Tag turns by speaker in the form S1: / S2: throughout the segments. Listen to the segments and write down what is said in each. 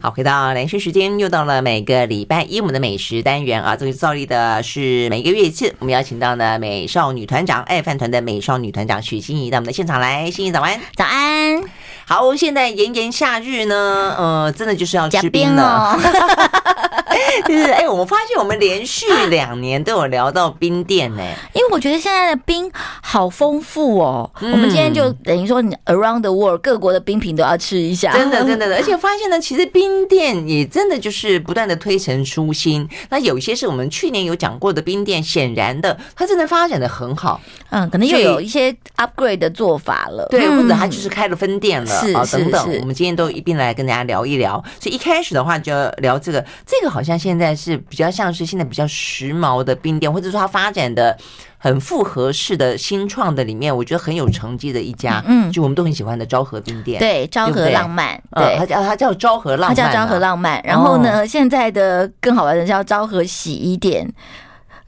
S1: 好，回到连续时间，又到了每个礼拜一我们的美食单元啊，这个照例的是每个月一次，我们邀请到呢美少女团长爱饭团的美少女团长许心怡到我们的现场来，心怡早安。
S2: 早安，
S1: 好，现在炎炎夏日呢，呃，真的就是要
S2: 贾
S1: 吃
S2: 冰
S1: 冰 了。
S2: 哦，
S1: 就是哎、我们发现我们连续两年都有聊到冰店呢、
S2: 因为我觉得现在的冰好丰富哦。
S1: 嗯
S2: 我们今天就等于说，你 around the world 各国的冰品都要吃一下，
S1: 真的，真的，而且发现呢，其实冰店也真的就是不断的推陈出新。那有些是我们去年有讲过的冰店，显然的，它真的发展的很好，
S2: 嗯，可能又
S1: 所以
S2: 有一些 upgrade 的做法了，
S1: 对，
S2: 嗯
S1: 或者它就是开了分店了
S2: 是
S1: 啊，
S2: 是
S1: 等等
S2: 是。
S1: 我们今天都一并来跟大家聊一聊。所以一开始的话就要聊这个，这个好像现在是比较像是现在比较时髦的冰店，或者说它发展的很复合式的新创的里面，我觉得很有成绩的一家，
S2: 嗯
S1: 就我们都很喜欢的昭和冰店，
S2: 对昭
S1: 对不
S2: 和
S1: 对
S2: 浪漫，
S1: 呃，
S2: 对
S1: 它。叫它叫昭和浪
S2: 它
S1: 漫啊，哦
S2: 叫昭和浪漫，然后呢，现在的更好玩的叫昭和洗衣店，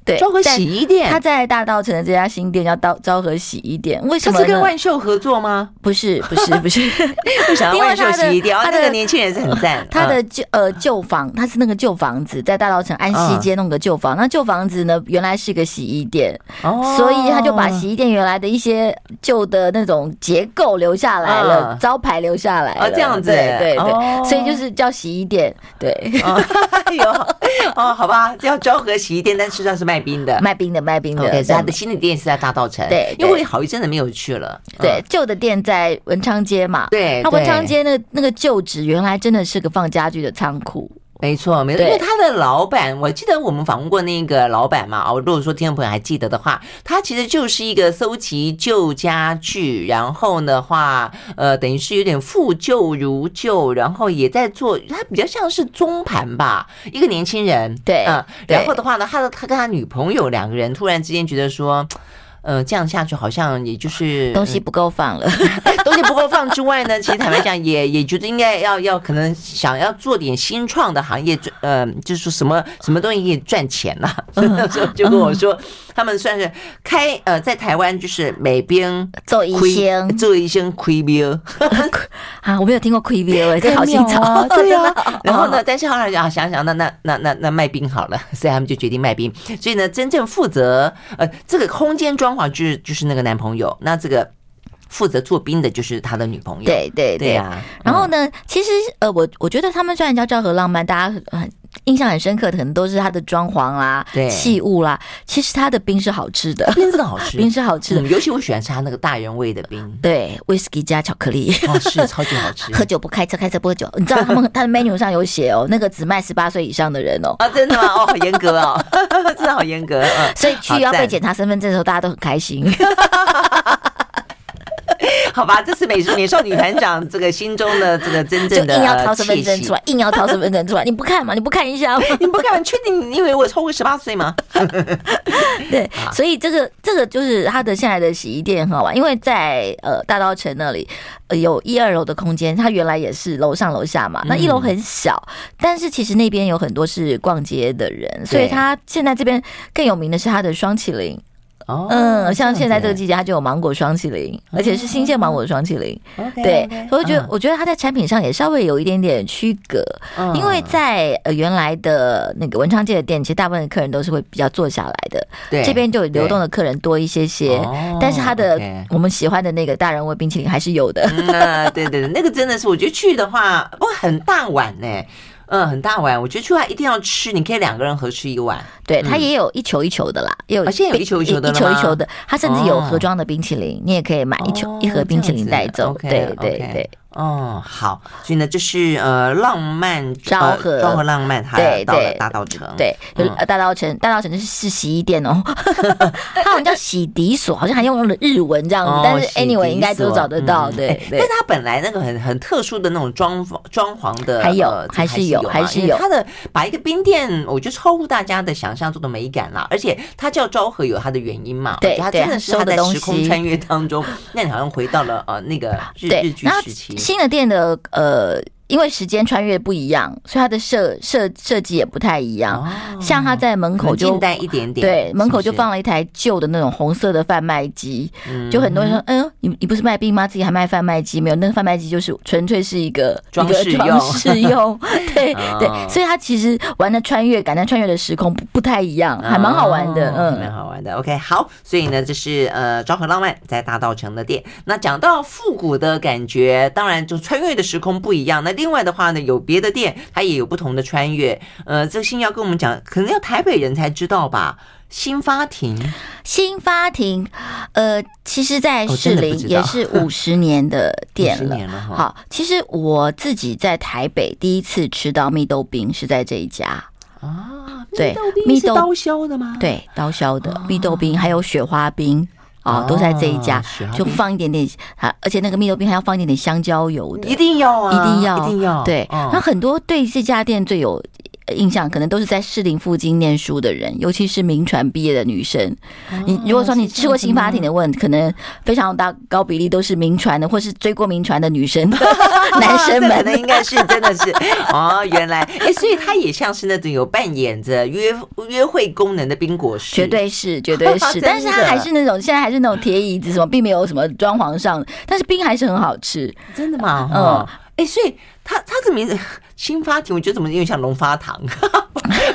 S2: 对，
S1: 昭和洗
S2: 衣
S1: 衣店，
S2: 它在大道城的这家新店叫昭昭和洗衣店，为什
S1: 这
S2: 么
S1: 是跟
S2: 呢？
S1: 万秀合作吗？
S2: 不是不是不是，
S1: 为啥
S2: 因为
S1: 万秀
S2: 他的
S1: 洗衣店？啊，
S2: 他
S1: 这个
S2: 的
S1: 年轻人是很赞。
S2: 他的
S1: 嗯
S2: 旧呃旧房，他是那个旧房子，在大稻城安
S1: 嗯
S2: 溪街弄个旧房。那旧房子呢，原来是个洗衣店，
S1: 哦
S2: 所以他就把洗衣店原来的一些旧的那种结构留下来了，
S1: 嗯
S2: 招牌留下来了。
S1: 哦这样子
S2: 对对对，
S1: 哦
S2: 所以就是叫洗衣店，对，
S1: 哦，哎呦，哦，好吧，叫昭和洗衣店，但事实上是卖冰的。
S2: 卖冰的卖冰的
S1: 啊 OK，
S2: 对
S1: 所以他的新的店是在大道城。
S2: 对
S1: 因为我
S2: 对
S1: 也好一阵子没有去了。嗯
S2: 对，旧的店在文昌街嘛。
S1: 对，
S2: 那文
S1: 对
S2: 昌街那个那个旧址原来真的是个放家具的仓库，
S1: 没错，没错，因
S2: 对
S1: 为他的老板，我记得我们访问过那个老板嘛，哦，如果说听众朋友还记得的话，他其实就是一个搜集旧家具，然后的话，呃，等于是有点复旧如旧，然后也在做，他比较像是中盘吧，一个年轻人，
S2: 对
S1: 嗯，
S2: 对
S1: 然后的话呢，他的他跟他女朋友两个人突然之间觉得说。呃，这样下去好像也就是
S2: 东西不够放了。
S1: 东西不够放之外呢， 其实坦白讲也，也觉得应该要要可能想要做点新创的行业，呃，就是说什么什么东西可以赚钱啦、 啊。就就跟我说，他们算是开呃，在台湾就是每边
S2: 做医 生
S1: 做医生亏标，
S2: 啊，我没有听过 q u e b i 这好新 潮，
S1: 啊对
S2: 真的
S1: 啊。然后呢，但是后来啊，想想那那那那那卖冰好了， 所以他们就决定卖冰。所以呢，真正负责呃这个空间装潢就是就是那个男朋友，那这个负责做冰的就是他的女朋友。
S2: 对对
S1: 对
S2: 对。
S1: 啊，
S2: 然后呢，其实呃，我我觉得他们虽然叫昭和浪漫，大家很印象很深刻的，可能都是它的装潢啦
S1: 对、
S2: 器物啦。其实它的冰是好吃的，
S1: 冰真的好吃，
S2: 冰是好吃的。
S1: 嗯尤其我喜欢吃它那个大人味的冰，
S2: 对，whisky 加巧克力。
S1: 哦，是超级好吃
S2: 喝酒不开车，开车不喝酒。你知道他们 他的 menu 上有写哦，那个只卖十八岁以上的人哦。
S1: 啊，真的吗？哦，好严格哦， 真的好严格，嗯。
S2: 所以去要
S1: 好
S2: 被
S1: 赞
S2: 检查身份证的时候，大家都很开心。
S1: 好吧，这是美术美少女团长这个心中的这个真
S2: 就
S1: 正的
S2: 硬要掏
S1: 呃
S2: 身份
S1: 气
S2: 证
S1: 息
S2: 出。来，硬要掏身份证出来，你不看吗？你不看 一下吗？
S1: 你不敢确定？你以为我超过十八岁
S2: 嗯
S1: 吗？
S2: 对，
S1: 啊
S2: 所以这个这个就是它的现在的洗衣店很好玩，因为在呃大稻城那里、呃、有一二楼的空间，它原来也是楼上楼下嘛。
S1: 嗯
S2: 那一楼很小，但是其实那边有很多是逛街的人，所以它现在这边更有名的是它的双淇淋。
S1: 哦
S2: 嗯，像现在这个
S1: 样子哦
S2: 季节，它就有芒果双淇淋，而且是新鲜芒果双淇淋。
S1: OK，OK，
S2: 对，所以我觉得
S1: 嗯
S2: 我觉得它在产品上也稍微有一点点区隔。
S1: 嗯
S2: 因为在呃原来的那个文昌街的店，其实大部分的客人都是会比较坐下来的，
S1: 对
S2: 这边就有流动的客人多一些些
S1: 哦，
S2: 但是它的
S1: OK
S2: 我们喜欢的那个大人味冰淇淋还是有的。
S1: 嗯啊，对对对，那个真的是，我觉得去的话，不过很大碗呢、嗯，很大碗，我觉得去的话一定要吃，你可以两个人合吃一碗，
S2: 对，它也有一球一球的啦，也有
S1: 啊现在有一球一球的
S2: 一
S1: 了
S2: 球
S1: 吗
S2: 一球的，它甚至有
S1: 哦
S2: 盒装的冰淇淋，你也可以买一球
S1: 哦
S2: 一盒冰淇淋带走。
S1: 这样
S2: 对
S1: 子
S2: 对
S1: OK，OK
S2: 对
S1: 哦，好，所以呢，这是呃浪漫
S2: 昭
S1: 呃
S2: 和
S1: 昭和浪漫，还
S2: 对
S1: 到了
S2: 对
S1: 大道城，
S2: 对，有
S1: 嗯
S2: 呃大稻城，大稻城就是是洗衣店哦， 它好像叫洗涤所，好像还用了日文这样子
S1: 哦，
S2: 嗯但是
S1: 洗
S2: anyway
S1: 涤
S2: 应该都
S1: 所
S2: 找得
S1: 嗯
S2: 到。
S1: 嗯
S2: 对
S1: 哎但
S2: 对
S1: 是。它本来那个很很特殊的那种装潢装潢的，
S2: 还有
S1: 呃这个
S2: 还是有
S1: 啊
S2: 还是
S1: 因为
S2: 有
S1: 它的把一个冰店，我觉得超乎大家的想象中的美感啦，而且它叫昭和有它的原因嘛，
S2: 对
S1: 我觉得它
S2: 对
S1: 真的是
S2: 收
S1: 它
S2: 的
S1: 在
S2: 东
S1: 时空
S2: 西
S1: 穿 越当中，那你好像回到了呃那个日
S2: 对，
S1: 日剧
S2: 然后
S1: 时期，
S2: 新的店的呃因为时间穿越不一样，所以它的设设设计也不太一样。
S1: 哦
S2: 像他在门
S1: 可
S2: 口
S1: 能
S2: 就
S1: 近代一点点，
S2: 对门口
S1: 是
S2: 就
S1: 不是
S2: 放了一台旧的那种红色的贩卖机，
S1: 嗯
S2: 就很多人说，嗯，你你不是卖病吗？自己还卖贩卖机？没有，那个贩卖机就是纯粹是一个
S1: 装饰
S2: 一个
S1: 用
S2: 装 饰用，对
S1: 哦
S2: 对，所以它其实玩的穿越感，但穿越的时空不不太一样，还蛮好玩的，
S1: 哦蛮
S2: 嗯。
S1: 好玩的。OK，好，所以呢，这是呃昭和浪漫在大道城的店。那讲到复古的感觉，当然就穿越的时空不一样。那另外的话呢，有别的店它也有不同的穿越。呃，这个新要跟我们讲，可能要台北人才知道吧。新发亭
S2: 新发亭，呃，其实，在
S1: 哦
S2: 士
S1: 真的不
S2: 林
S1: 知道
S2: 也是五十年的店
S1: 50
S2: 了。
S1: 年了嗯哈，
S2: 好，其实我自己在台北第一次吃到蜜豆冰是在这一家，
S1: 啊，
S2: 对
S1: 蜜
S2: 蜜
S1: 是
S2: 豆
S1: 刀削的吗？
S2: 对，刀削的蜜豆冰，还有雪花冰啊，都在这一家
S1: 哦哦雪花，
S2: 就
S1: 冰
S2: 放一点点啊，而且那个蜜豆冰还要放一点点香蕉油的，
S1: 一定要啊，
S2: 一定要
S1: 一定要。
S2: 对。
S1: 嗯
S2: 那很多对这家店最有印象，可能都是在士林附近念书的人，尤其是名传毕业的女生。
S1: 哦啊
S2: 你如果说你吃过新发亭的问，可能非常大高比例都是名传的，或是追过名传的 女生、 男生
S1: 这可能
S2: 们。
S1: 应该是真的 是哦，原来哎、诶所以它也像是那种有扮演着约约会功能的冰果室，
S2: 绝对是，绝 对
S1: 真的
S2: 是，但是它还是那种现在还是那种铁椅子什么，并没有什么装潢上，但是冰还是很好吃。
S1: 真的吗？
S2: 嗯
S1: 嗯，哎、所以它它的名字新发亭，我觉得怎么有点像龙发堂，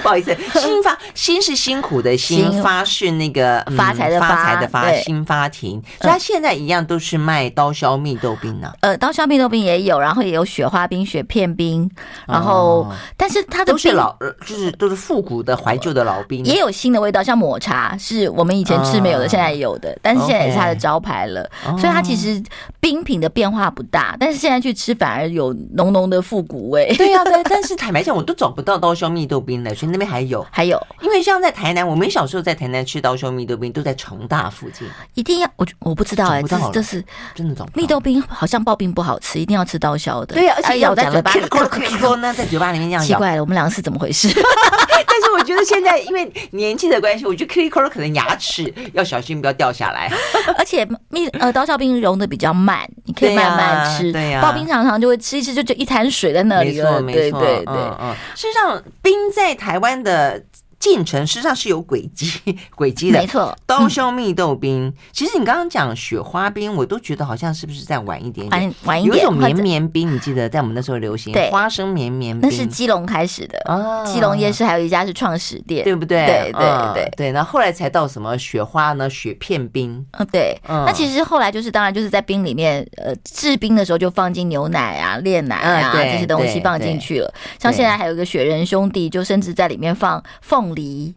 S1: 不好意 思，新发新是辛苦的辛，
S2: 辛
S1: 发是那个、嗯
S2: 发财的
S1: 发财的
S2: 发
S1: 发，
S2: 对嗯
S1: 新发亭，所以它现在一样都是卖刀削蜜豆冰啊，
S2: 呃，刀削冰豆冰也有，然后也有雪花冰、雪片冰，然后、
S1: 哦
S2: 但是它的
S1: 都是
S2: 呃冰
S1: 老嗯就是都是复古的怀旧的老冰，
S2: 也有新的味道，像抹茶是我们以前吃没有的，
S1: 啊
S2: 现在也有的，但是现在也是它的招牌了。
S1: 哦
S2: 所以它其实冰品的变化不大，但是现在去吃反而有浓浓的复古味。
S1: 对呀、但 但是坦白讲，我都找不到刀削蜜豆冰了，所以那边还有。
S2: 还有
S1: 因为像在台南，我们小时候在台南吃刀削蜜豆冰，都在成大附近，
S2: 一定要我我不知道哎、
S1: 找不
S2: 这
S1: 到
S2: 是
S1: 了
S2: 这是
S1: 真的找不到
S2: 蜜豆冰好像刨冰不好吃，一定要吃刀削的。哎
S1: 对啊呀、而且
S2: 咬
S1: 咬
S2: 在
S1: 在嘴
S2: 嘴巴
S1: 巴
S2: 里
S1: 里，。扣扣扣呢，在嘴巴里面这样
S2: 奇
S1: 咬。
S2: 怪了，我们两个是怎么 回事？
S1: 但是我觉得现在因为年纪的关系，我觉得 Q Q 扣可能牙齿要小心不要掉下来。
S2: 而且蜜呃刀削冰融的比较慢，你可以
S1: 对呀
S2: 慢慢吃。
S1: 对呀
S2: 刨冰常常就会吃一吃就就一滩水在那
S1: 没
S2: 里
S1: 错
S2: 了。
S1: 没
S2: 对
S1: 错，
S2: 对对。
S1: 嗯嗯。事实上，冰在台湾的进程事实上是有轨迹轨迹的
S2: 没。错，
S1: 刀削蜜豆冰，其实你刚刚讲雪花冰，我都觉得好像是不是再晚一点点？
S2: 晚晚一
S1: 有一
S2: 点，
S1: 种
S2: 或
S1: 绵
S2: 者
S1: 绵冰，你记得在我们那时候流行
S2: 对
S1: 花生绵绵冰，
S2: 那是基隆开始的，
S1: 啊
S2: 基隆夜市还有一家是创始店，
S1: 对不对？
S2: 对对
S1: 嗯
S2: 对
S1: 对，那后来才到什么雪花呢？雪片冰，
S2: 嗯对。
S1: 嗯
S2: 那其实后来就是，当然就是在冰里面，呃，制冰的时候就放进牛奶啊、炼奶
S1: 嗯
S2: 啊
S1: 对
S2: 这些东西
S1: 对
S2: 放进去了。像现在还有一个雪人兄弟，就甚至在里面放凤梨，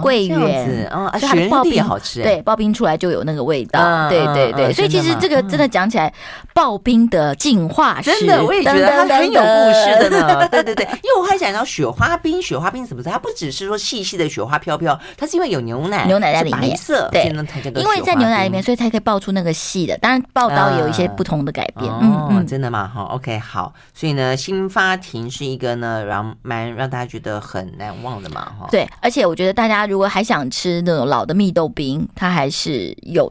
S2: 桂
S1: 哦这样
S2: 圆
S1: 子啊，啊
S2: 所以
S1: 雪
S2: 它的
S1: 人
S2: 刨
S1: 地也
S2: 冰
S1: 好吃，欸
S2: 对，，刨冰出来就有那个味
S1: 嗯
S2: 道。对
S1: 嗯
S2: 对
S1: 嗯
S2: 对，所以其
S1: 真的
S2: 实
S1: 吗
S2: 这个真的讲起来，刨冰的进化史，
S1: 真的，我也觉得它
S2: 噔噔
S1: 很有故
S2: 噔
S1: 事的呢。 对对对，因为我还想到雪花冰，雪花冰是什么？它不只是说细细的雪花飘飘，它是因为有牛奶，
S2: 牛奶在里面
S1: 是白色，
S2: 对
S1: 所以呢它叫做
S2: 因为
S1: 雪
S2: 在
S1: 花
S2: 牛奶里
S1: 冰
S2: 面，所以才可以爆出那个细的。当然，报道也有一些不同的改变。嗯
S1: 哦，
S2: 嗯，
S1: 真的吗？哈，OK，好，所以呢，新发亭是一个呢，让蛮让大家觉得很难忘的嘛，哈。
S2: 对，而且我觉得大家如果还想吃那种老的蜜豆冰，它还是有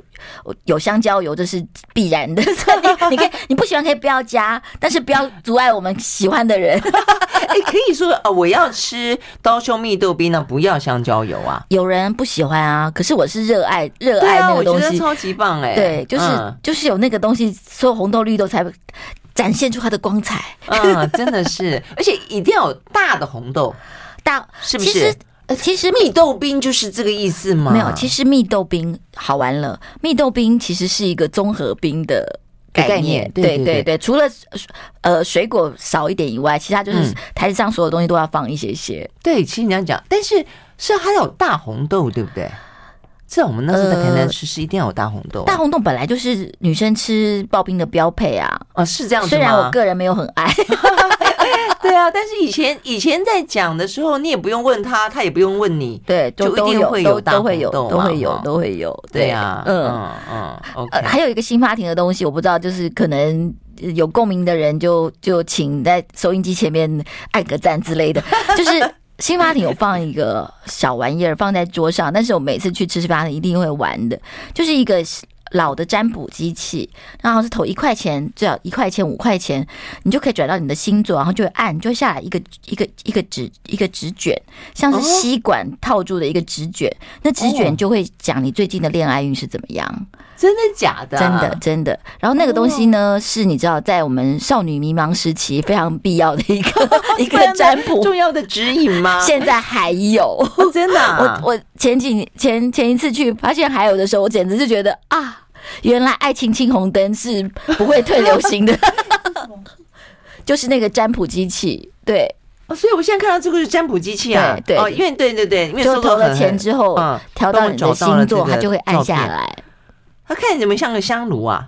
S2: 有香蕉油，这是必然的。所以你可以 你不喜欢可以不要加，但是不要阻碍我们喜欢的人。
S1: 哎，可以说呃，我要吃刀削蜜豆冰呢，不要香蕉油啊。
S2: 有人不喜欢啊，可是我是热爱热
S1: 对
S2: 爱
S1: 啊，
S2: 那
S1: 我
S2: 个
S1: 觉
S2: 东
S1: 得
S2: 西。
S1: 超级棒哎、
S2: 对，就是、
S1: 嗯
S2: 就是有那个东西，所有红豆绿豆才展现出它的光彩。
S1: 嗯， 真的是，而且一定要有大的红豆，
S2: 大
S1: 是不
S2: 其
S1: 是
S2: 实？呃，其实
S1: 蜜豆冰就是这个意思吗？
S2: 没有，其实蜜豆冰好玩了。蜜豆冰其实是一个综合冰的概
S1: 概念对
S2: 对
S1: 对对
S2: 对，除了呃水果少一点以外，其他就是
S1: 嗯
S2: 台子上所有东西都要放一些些。
S1: 对，其实你要讲，但是是还有大红豆，对不对？这我们那时候在台南吃是一定要有大红豆啊、
S2: 大红豆本来就是女生吃刨冰的标配啊，
S1: 哦，是这样子吗？
S2: 虽然我个人没有很 爱，
S1: 对啊，但是以前以前在讲的时候，你也不用问他，他也不用问你。
S2: 对，
S1: 就
S2: 都都
S1: 一定会有
S2: 都
S1: 大
S2: 都会
S1: 红
S2: 有，
S1: 豆
S2: 都
S1: 嘛
S2: 会
S1: 哈
S2: 有，都会有，
S1: 对啊，
S2: 嗯。
S1: 嗯嗯
S2: 呃，
S1: ，OK，
S2: 还有一个新发庭的东西，我不知道，就是可能呃有共鸣的人就就请在收音机前面按个赞之类的。就是新发庭有放一个小玩意儿放在桌上，但是我每次去吃新发庭一定会玩的，就是一个老的占卜机器，然后是投一块钱，最好一块钱、五块钱，你就可以转到你的星座，然后就会按，就会下来一个一个一个纸一个纸卷，像是吸管套住的一个纸卷，那纸卷就会讲你最近的恋爱运是怎么样，
S1: 真的假的？啊哦
S2: 真的真的。然后那个东西呢，是你知道在我们少女迷茫时期非常必要的一 个一
S1: 非
S2: 个
S1: 常
S2: 占 卜，
S1: 重要的指引吗？
S2: 现在还有。
S1: 哦真的 啊、
S2: 我我前几年前前一次去发现还有的时候，我简直就觉得啊，原来爱情青红灯是不会退流 行的，就是那个占卜机器，对，
S1: 哦所以我现在看到这个是占卜机器啊，
S2: 对对
S1: 哦，因为对对对，因为
S2: 就
S1: 搜狗
S2: 投了
S1: 很
S2: 钱之后
S1: 嗯，
S2: 调
S1: 帮
S2: 到
S1: 我
S2: 你
S1: 找
S2: 的
S1: 到了
S2: 星座，
S1: 这个
S2: 它就会按下
S1: 照
S2: 来。
S1: 它看起来怎么像个香炉 啊？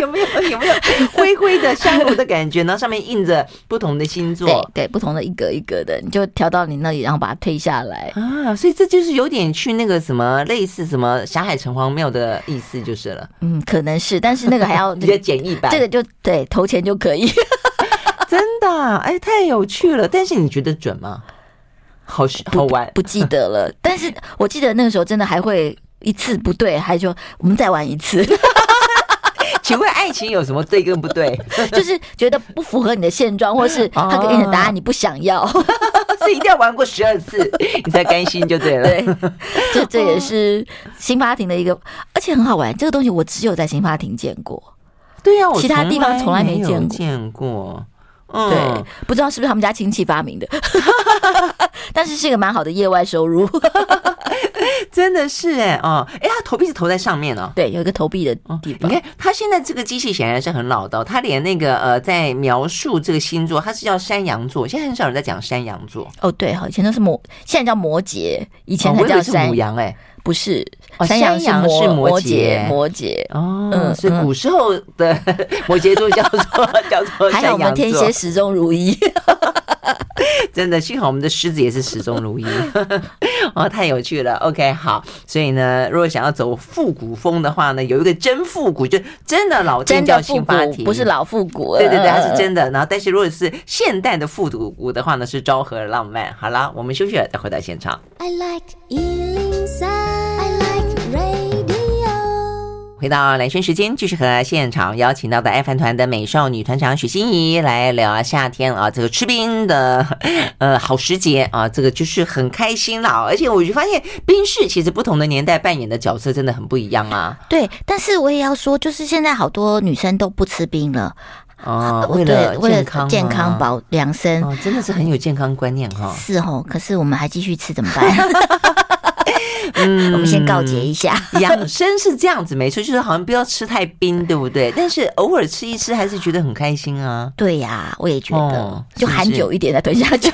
S1: 有没有有没有 灰灰的香炉的感觉？然后上面印着不同的星
S2: 对
S1: 座
S2: 对，不同的一格一格的，你就调到你那里，然后把它推下来。
S1: 啊，所以这就是有点去那个什么类似什么霞海城隍庙的意思就是了，
S2: 嗯，可能是，但是那个还 要
S1: 比较简易版。
S2: 这个就对投钱就可以。
S1: 真的啊哎、太有趣了。但是你觉得准吗？好好
S2: 不
S1: 玩
S2: 不记得了。但是我记得那个时候真的还会一次不对，还就我们再玩一次，
S1: 请问爱情有什么对跟不对？
S2: 就是觉得不符合你的现 状，或是他给你的答案你不想要。
S1: 哦所以一定要玩过十二次，你才甘心就对了。
S2: 对，这这
S1: 哦
S2: 也是新发庭的一个，而且很好玩。这个东西我只有在新发庭见过，
S1: 对呀、我
S2: 其他地方从来没
S1: 有
S2: 见过
S1: 见过。
S2: 对，
S1: 嗯，
S2: 不知道是不是他们家亲戚发明的， 但是是一个蛮好的业外收入。
S1: 真的是哎哦，哎，他头皮是头在上面哦。
S2: 对，有一个投币的
S1: 哦
S2: 地
S1: 你
S2: 方。
S1: 看，他现在这个机器显然是很老道，他连那个呃，在描述这个星座，它是叫山羊座，现在很少人在讲山羊座，
S2: 哦，对，好，以前都是摩，现在叫摩羯，以前
S1: 哦
S2: 才
S1: 我以
S2: 叫
S1: 为是
S2: 山
S1: 母羊哎，
S2: 不是，
S1: 哦
S2: 山羊是
S1: 山羊是摩
S2: 摩
S1: 羯
S2: 摩羯。
S1: 哦，
S2: 嗯
S1: 所以古时候的摩羯座叫做叫做
S2: 还好
S1: 山
S2: 我们
S1: 羊
S2: 天蝎
S1: 座，
S2: 始终 如一，
S1: 真的，幸好我们的狮子也是始终如一， 哦，太有趣了。OK，好，所以呢，如果想要走复古风的话呢，有一个真复古，就真的老店
S2: 真
S1: 叫
S2: 的复
S1: 新发
S2: 古
S1: 庭，，
S2: 不是老复古。
S1: 对对对，它是
S2: 嗯。
S1: 真的。然后，但是如果是现代的复古舞的话呢，是昭和浪漫。好啦，我们休息了再回到现场。
S3: I like Ealing Sound. I like radio.
S1: 回到蓝轩时间，继续和现场邀请到的爱饭团的美少女团长许欣怡来聊夏天啊，这个吃冰的 呃好时节啊，这个就是很开心啦。而且我就发现冰室其实不同的年代扮演的角色真的很不一样啊。
S2: 对，但是我也要说，就是现在好多女生都不吃冰了，
S1: 哦，
S2: 对
S1: 了
S2: 为
S1: 健康、
S2: 了健康。保量身。
S1: 哦，真的是很有健康观念 哈、
S2: 是哦，可是我们还继续吃怎么办？
S1: 嗯
S2: 我们先告诫一下。。
S1: 养生是这样子，没错，就是好像不要吃太冰，对不对？但是偶尔吃一吃，还是觉得很开心啊
S2: 对呀，我也觉
S1: 哦
S2: 得，就是
S1: 不
S2: 含
S1: 是
S2: 久一点再吞 下去。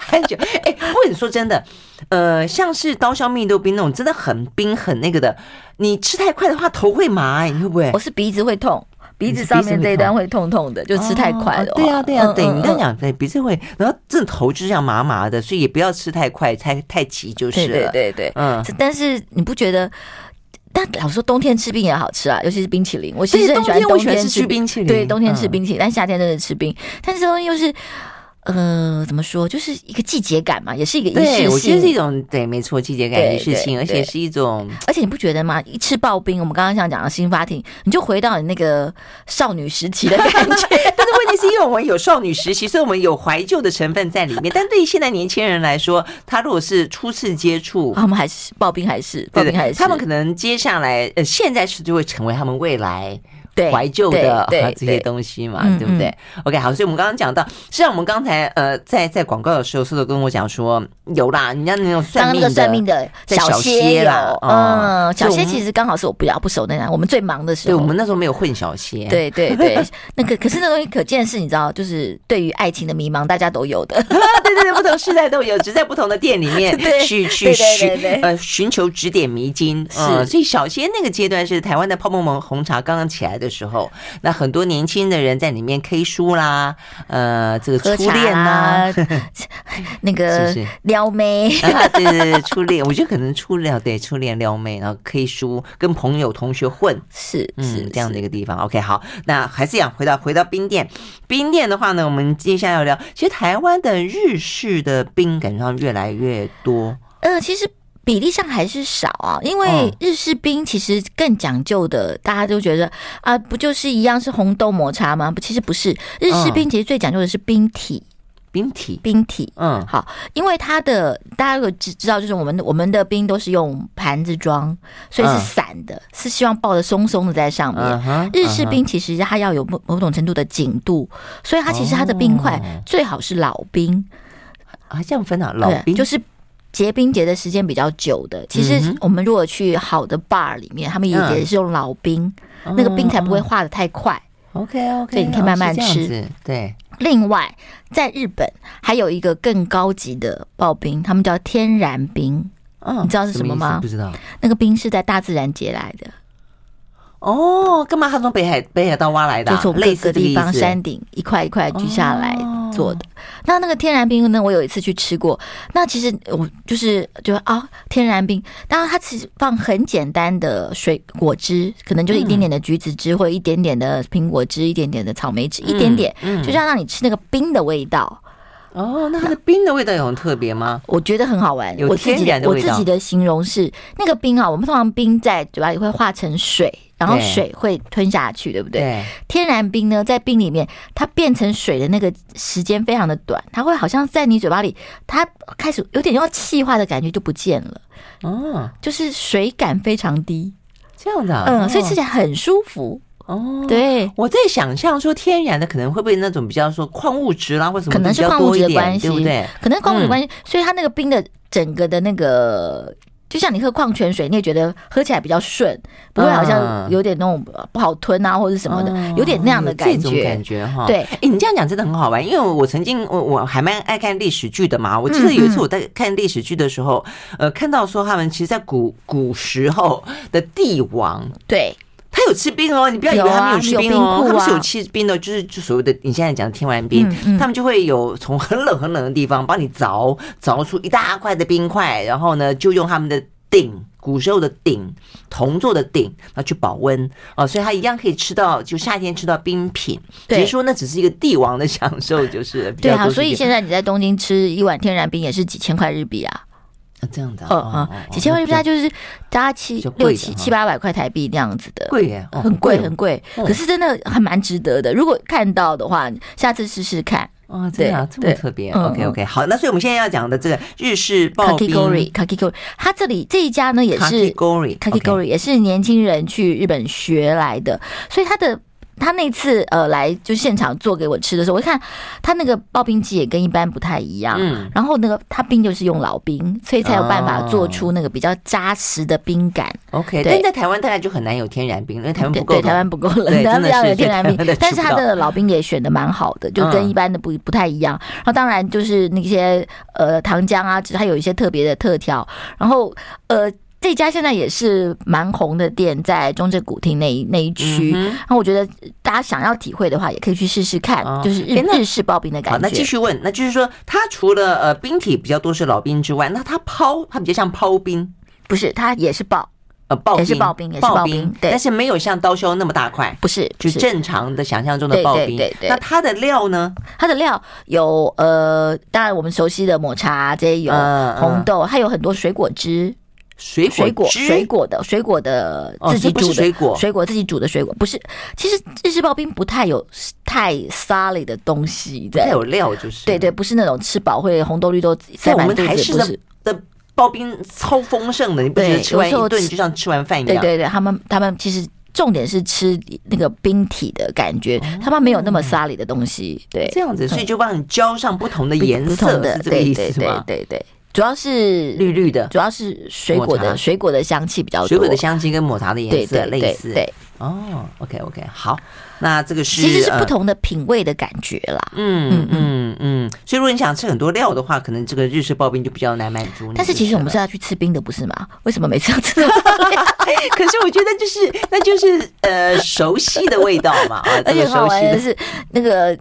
S1: 还觉得，哎、或者说真的，呃，像是刀削蜜豆冰那种，真的很冰很那个的，你吃太快的话，头会麻、哎你会不会
S2: 我？是鼻子会痛，鼻
S1: 你
S2: 子
S1: 是
S2: 上
S1: 鼻子
S2: 面
S1: 会
S2: 这一段
S1: 痛
S2: 会痛痛的，就吃太快了
S1: 哦
S2: 话。
S1: 对呀、对呀、
S2: 嗯
S1: 对，你这样。
S2: 嗯嗯
S1: 讲，对，鼻子会，然后这头就是这样麻麻的，所以也不要吃太快，太太急就是
S2: 对
S1: 了。
S2: 对对对。
S1: 嗯，
S2: 这但是你不觉得？但老实说，冬天吃冰也好吃啊，尤其是冰淇淋。我其实
S1: 对
S2: 很喜欢
S1: 冬天我
S2: 冬
S1: 喜欢
S2: 天
S1: 吃
S2: 吃
S1: 冰淇淋
S2: 对，冬天吃
S1: 嗯
S2: 冰淇淋，但夏天真的吃冰。但是这东西又是，呃，怎么说，就是一个季节感嘛，也是一个仪
S1: 对，
S2: 式
S1: 我觉得是一
S2: 性。
S1: 种对，没错，季节感、
S2: 对
S1: 仪式性，
S2: 对
S1: 而且
S2: 对
S1: 是一种
S2: 而且你不觉得吗？一吃刨冰，我们刚刚想讲的新发庭，你就回到你那个少女时期的感 觉。
S1: 但是问题是因为我们有少女时期，所以我们有怀旧的成分在里面。但对于现在年轻人来说，他如果是初次接触
S2: 啊，，我们还是刨冰，还是刨
S1: 对
S2: 冰，还
S1: 对，
S2: 是
S1: 他们可能接下来呃，现在是就会成为他们未来。
S2: 对
S1: 怀旧的
S2: 对
S1: 啊
S2: 对
S1: 这些
S2: 对
S1: 东西嘛，
S2: 嗯
S1: 对不对？OK，好，所以我们刚刚讲到，实际上我们刚才呃在在广告的时候，苏德跟我讲说有啦，人家那种算
S2: 当
S1: 命
S2: 那
S1: 的
S2: 个算命的
S1: 在小
S2: 歇
S1: 歇
S2: 有
S1: 啦，哦
S2: 嗯，
S1: 所
S2: 小
S1: 以我
S2: 歇
S1: 们
S2: 其实刚好是我不要不熟那样，我们最忙的时
S1: 对
S2: 候。
S1: 我们那时候没有混小歇，，
S2: 对对对，那个可是那东西可见是，你知道，就是对于爱情的迷茫，大家都有的。
S1: 啊对对对，不同时代都有，只是在不同的店里 面呃
S2: 对
S1: 去去
S2: 对对对
S1: 寻
S2: 对
S1: 呃寻求指点迷津。嗯
S2: 是
S1: 所以小歇那个阶段是台湾的泡沫蒙红茶刚刚起来的时候，那很多年轻的人在里面 K 书啦，呃，这个
S2: 喝
S1: 初
S2: 茶
S1: 恋呐、
S2: 啦，那
S1: 是
S2: 个
S1: 不是
S2: 撩妹，
S1: 啊，对对对，初恋，我觉得可能初恋对初恋撩妹，然后 K 书跟朋友同学混，
S2: 是是
S1: 嗯，这样的
S2: 是
S1: 一个地方。OK，好，那还是想回到回到冰店。冰店的话呢，我们接下来要聊，其实台湾的日式的冰感觉上越来越多。
S2: 呃，其实。比例上还是少啊，因为
S1: 嗯
S2: 日式冰其实更讲究的，大家都觉得啊，不就是一样是红豆抹茶吗？不，其实不是，日
S1: 嗯
S2: 式冰其实最讲究的是冰体，
S1: 冰体，
S2: 冰体。
S1: 嗯，
S2: 好，因为它的大家有知知道，就是我们的我们的冰都是用盘子装，所以是
S1: 嗯
S2: 散的，是希望抱得松松的在上面。
S1: 嗯哼
S2: 日式，冰其实它要有某某种程度的紧度，所以它其实它的冰块
S1: 哦
S2: 最好是老冰，
S1: 嗯哼啊，这样分啊，老
S2: 对
S1: 冰
S2: 就是结冰结的时间比较久的。其实
S1: 嗯哼
S2: 我们如果去好的 bar 里面，他们也
S1: 嗯
S2: 也是用老冰，那个冰才不会化的太快。
S1: OK OK，
S2: 对你可以慢慢吃
S1: 对，
S2: 另外，在日本还有一个更高级的刨冰，他们叫天然冰，
S1: 嗯，
S2: 你知道是什么
S1: 么意思
S2: 吗
S1: 不知道。
S2: 那个冰是在大自然结来的，
S1: 哦，干嘛他从北海北海道挖来的
S2: 就
S1: 啊、
S2: 从各
S1: 类
S2: 个
S1: 似这个
S2: 地
S1: 意
S2: 方
S1: 思
S2: 山顶一块一块锯下来
S1: 哦
S2: 做的。那那个天然冰呢，我有一次去吃过。那其实我就是觉得啊、天然冰，当然它其实放很简单的水果汁，可能就是一
S1: 嗯
S2: 点点的橘子汁，或者一点点的苹果汁，一点点的草莓汁，一点点，
S1: 嗯嗯
S2: 就是要让你吃那个冰的味道。
S1: 哦，那它的冰的味道有很特别吗？
S2: 我觉得很好玩，
S1: 有
S2: 我自己
S1: 天然的
S2: 我
S1: 味道
S2: 自己的形容是，那个冰啊，我们通常冰在嘴巴里会化成水，然后
S1: 对
S2: 水会吞下去，对不对？天然冰呢，在冰里面，它变成水的那个时间非常的短，它会好像在你嘴巴里，它开始有点要气化的感觉就不见了，
S1: 对，哦，
S2: 就是水感非常低，
S1: 这样的啊、
S2: 嗯，
S1: 哦
S2: 所以吃起来很舒服，
S1: 哦，。
S2: 对。
S1: 我在想象说，天然的可能会不会那种比较说矿物质啦，或什么
S2: 可能
S1: 比
S2: 是
S1: 较
S2: 矿物
S1: 多
S2: 质
S1: 一
S2: 的关
S1: 点，
S2: 系，
S1: 对不对？
S2: 可能矿物质
S1: 嗯
S2: 关系，所以它那个冰的整个的那个，就像你喝矿泉水，你也觉得喝起来比较顺，不会好像
S1: 嗯
S2: 有点那种不好吞啊，或者什么的，
S1: 哦
S2: 有点那样的感
S1: 这种
S2: 觉
S1: 感。觉哈。
S2: 对
S1: 哎、你这样讲真的很好玩，因为我曾经我我还蛮爱看历史剧的嘛。我记得有一次我在看历史剧的时候，呃，看到说他们其实，在古古时候的帝王，
S2: 对，
S1: 他有吃冰哦，你不要以为
S2: 有啊
S1: 他没有吃冰
S2: 他
S1: 哦，
S2: 们有冰库啊
S1: 他们是有吃冰的，就是就所谓的你现在讲的天然冰
S2: 嗯，嗯
S1: 他们就会有从很冷很冷的地方帮你凿凿出一大块的冰块，然后呢，就用他们的鼎。古时候的鼎，铜做的鼎，然后去保温哦，所以他一样可以吃到，就夏天吃到冰品。只
S2: 对
S1: 是说那只是一个帝王的享受，就是比
S2: 对
S1: 较
S2: 啊，
S1: 多是
S2: 所以
S1: 一个
S2: 现在你在东京吃一碗天然冰也是几千块日币啊，
S1: 啊这样的啊，
S2: 嗯
S1: 哦
S2: 嗯，几千块日币它就是大家七
S1: 比较贵
S2: 六
S1: 的
S2: 七
S1: 哈
S2: 七八百块台币那样子的，
S1: 贵耶，哦
S2: 很贵很贵，
S1: 嗯
S2: 可是真的还蛮值得的。如果看到的话，下次试试看。
S1: 啊，对啊，这
S2: 对
S1: 么
S2: 对
S1: 特别。
S2: 嗯
S1: OK OK，好，那所以我们现在要讲的这个日式刨冰
S2: Kakigori Kakigori，它这里这一家呢也是
S1: Kakigori，
S2: Kakigori 也是年轻人去日本学来的，所以他的他那次呃来就现场做给我吃的时候，我一看他那个刨冰机也跟一般不太一样。
S1: 嗯，哦
S2: 然后那个他冰就是用老冰，所以才有办法做出那个比较扎实的冰感。
S1: OK，
S2: 对
S1: 但在台湾大概就很难有天然冰，因为台湾
S2: 对
S1: 不够
S2: 对，
S1: 冷。
S2: 台湾不够冷，
S1: 对
S2: 台
S1: 真
S2: 湾比
S1: 的
S2: 较有
S1: 是
S2: 天
S1: 对
S2: 然
S1: 台
S2: 冰
S1: 湾的，
S2: 但
S1: 吃
S2: 是
S1: 不
S2: 它
S1: 到
S2: 的老冰也选的蛮好的，就跟
S1: 嗯
S2: 一般的不不太一样。然后当然就是那些呃糖浆啊，只是它有一些特别的特调。然后呃这家现在也是蛮红的店，在中正古亭那一那一区。
S1: 嗯
S2: 然后我觉得大家想要体会的话，也可以去试试看，
S1: 哦
S2: 就是日
S1: 诶那
S2: 日式刨冰的
S1: 好，
S2: 感
S1: 那继
S2: 觉。
S1: 续问，那就是说，它除了呃冰体比较多是老冰之外，那它抛，它比较像抛冰，
S2: 不是，它也是刨，
S1: 呃，刨冰，
S2: 也是刨冰也是刨冰对
S1: 但是没有像刀削那么大块，
S2: 不是，不。
S1: 就是正常的想象中的
S2: 对
S1: 刨
S2: 对
S1: 冰。
S2: 对对
S1: 那它的料呢？
S2: 它的料有呃，当然我们熟悉的抹茶，这些有
S1: 嗯嗯
S2: 红豆，它有很多水果汁，
S1: 水
S2: 水果
S1: 果汁，
S2: 水果的水果的
S1: 哎哦
S2: 自己
S1: 所以不是
S2: 煮的
S1: 水果
S2: 水果自己煮的水果不是。其实日式刨冰不太有太 solid 的东西
S1: 它
S2: 在，
S1: 有料就是。
S2: 对对，，不是那种吃饱会红豆绿豆塞
S1: 在我
S2: 满
S1: 们
S2: 肚
S1: 台
S2: 子，
S1: 式
S2: 不
S1: 的
S2: 是。
S1: 的刨冰超丰盛的，你不觉
S2: 对
S1: 得吃完
S2: 有时候
S1: 一顿
S2: 吃
S1: 就像吃完饭一
S2: 对
S1: 样？
S2: 对对，他们他们其实重点是吃那个冰体的感觉，他们没有那么 solid 的东西，对，
S1: 哦这样子，所以就帮你浇上不同的
S2: 不
S1: 颜
S2: 不
S1: 色
S2: 同，的
S1: 是，这个
S2: 对
S1: 意
S2: 对
S1: 思
S2: 对
S1: 吗？
S2: 对对，主要是
S1: 绿绿的，
S2: 主要是水果
S1: 抹
S2: 的
S1: 茶
S2: 水果的香气比较多，
S1: 水果的香气跟抹茶的颜
S2: 对
S1: 色
S2: 对
S1: 类
S2: 对
S1: 似。
S2: 对，
S1: 哦，OK OK，好，那这个是
S2: 其实是不。
S1: 呃
S2: 同的品味的感觉啦。
S1: 嗯嗯嗯，所以如果你想吃很多料的话，可能这个日式刨冰就比较难满足你。
S2: 但是其实我们
S1: 就是
S2: 要去吃冰的，不是吗？为什么每次 要吃到这样？
S1: 了，可是我觉得就是那就是呃 熟悉的味道嘛，啊，
S2: 而
S1: 这
S2: 且
S1: 个
S2: 很好
S1: 熟悉
S2: 玩的
S1: 的
S2: 是，那个呃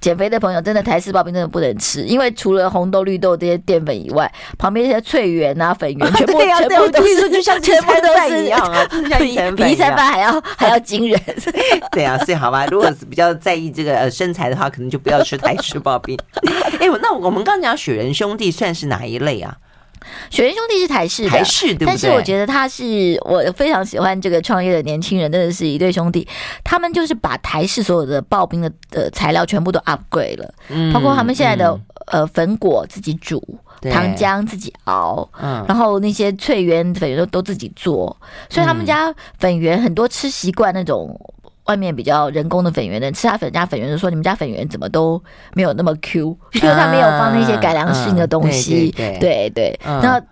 S2: 减肥的朋友真的台式刨冰真的不能吃，因为除了红豆、绿豆这些淀粉以外，旁边这些脆圆啊、粉圆全部
S1: 对啊
S2: 全
S1: 对啊
S2: 部都
S1: 我就是说就像
S2: 全部
S1: 一餐
S2: 都
S1: 饭
S2: 是
S1: 一样 啊就像一
S2: 比
S1: 餐饭
S2: 比一
S1: 一
S2: 餐
S1: 样
S2: 饭还要还要惊人。
S1: 对啊，所以好吧，如果是比较在意这个呃身材的话，可 能就不要吃台式刨冰。哎，我那我们刚刚讲雪人兄弟算是哪一类啊？
S2: 雪人兄弟是台式的，
S1: 台式对不对？
S2: 但是我觉得他是我非常喜欢这个创业的年轻人，真的是一对兄弟。他们就是把台式所有的刨冰的呃材料全部都 upgrade 了，
S1: 嗯
S2: 包括他们现在的、
S1: 嗯
S2: 呃粉果自己煮，
S1: 对
S2: 糖浆自己熬，
S1: 嗯，
S2: 然后那些脆圆粉圆都都自己做，所以他们
S1: 嗯
S2: 家粉圆很多吃习惯那种。外面比较人工的粉圆的人吃他粉家粉圆就说你们家粉圆怎么都没有那么 Q，因为他没有放那些改良性的东西。
S1: 嗯啊嗯对
S2: 对对，
S1: 嗯
S2: 那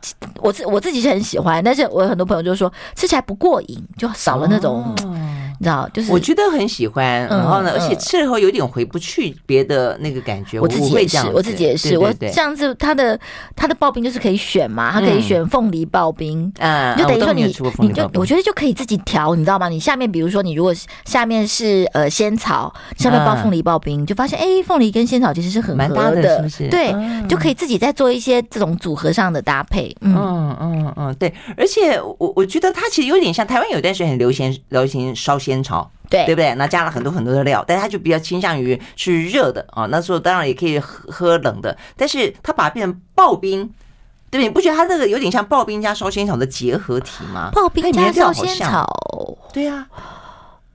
S2: 我自我自己是很喜欢，但是我有很多朋友就说吃起来不过瘾，就少了那种、
S1: 哦
S2: 你知道，就是
S1: 我觉得很喜欢，
S2: 嗯
S1: 然后呢，
S2: 嗯
S1: 而且吃了后有点回不去别的那个感觉。
S2: 我自己
S1: 会
S2: 也
S1: 这
S2: 是
S1: 样，子
S2: 我自己也是，
S1: 对
S2: 我
S1: 对对，
S2: 上次他的他的刨冰就是可以选嘛，他可以
S1: 嗯
S2: 选凤梨刨冰。
S1: 嗯，
S2: 你就等于
S1: 啊我都
S2: 说
S1: 没
S2: 你
S1: 有吃过，凤
S2: 你
S1: 梨
S2: 就
S1: 刨冰
S2: 我觉得就可以自己调，你知道吗？你下面比如说你如果是下面是呃仙草，上面包
S1: 嗯
S2: 凤梨刨冰，你就发现哎，凤梨跟仙草其实是很
S1: 蛮搭
S2: 合
S1: 的是不是
S2: 对，
S1: 嗯
S2: 就可以自己再做一些这种组合上的搭配。嗯，
S1: 嗯嗯嗯，对，而且我我觉得它其实有点像台湾有一段时间很流行流行烧仙草，
S2: 对
S1: 对不对？那加了很多很多的料，但它就比较倾向于是热的啊、那时候当然也可以喝喝冷的，但是它把它变成刨冰，对不对？你不觉得它这个有点像刨冰加烧仙草的结合体吗？
S2: 刨
S1: 它
S2: 冰
S1: 里面的
S2: 加
S1: 料
S2: 烧
S1: 好
S2: 仙
S1: 像，
S2: 草，
S1: 对啊，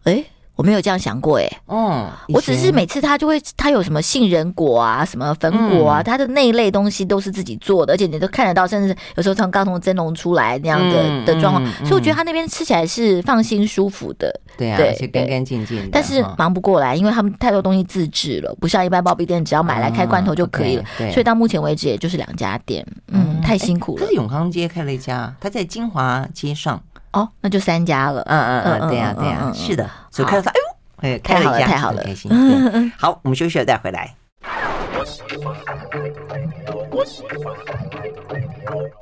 S2: 哎，我没有这样想过哎、
S1: 嗯，以
S2: 我只是
S1: 前
S2: 每次他就会，他有什么杏仁果啊，什么粉果
S1: 嗯
S2: 啊，他的那一类东西都是自己做的，而且你都看得到，甚至有时候从刚从蒸笼出来那样的、
S1: 嗯
S2: 的状况，
S1: 嗯嗯
S2: 所以我觉得他那边吃起来是放心舒服的，
S1: 对啊，
S2: 对
S1: 而且干干净净的，
S2: 但是
S1: 哈
S2: 忙不过来，因为他们太多东西自制了，不像一般包庇店只要买来开罐头就可以了，
S1: 嗯对哎
S2: 所以到目前为止也就是两家店，嗯，太辛苦
S1: 他
S2: 了
S1: 在永康街开了一家，他在金华街上，
S2: 哦，那就三家了，
S1: 嗯嗯
S2: 嗯
S1: 嗯，对呀
S2: 嗯
S1: 对呀
S2: 嗯，嗯
S1: 是的，所以看到他，哎呦，哎，开了一家，
S2: 太好了
S1: 很开心。 对好，我们休息了再回来。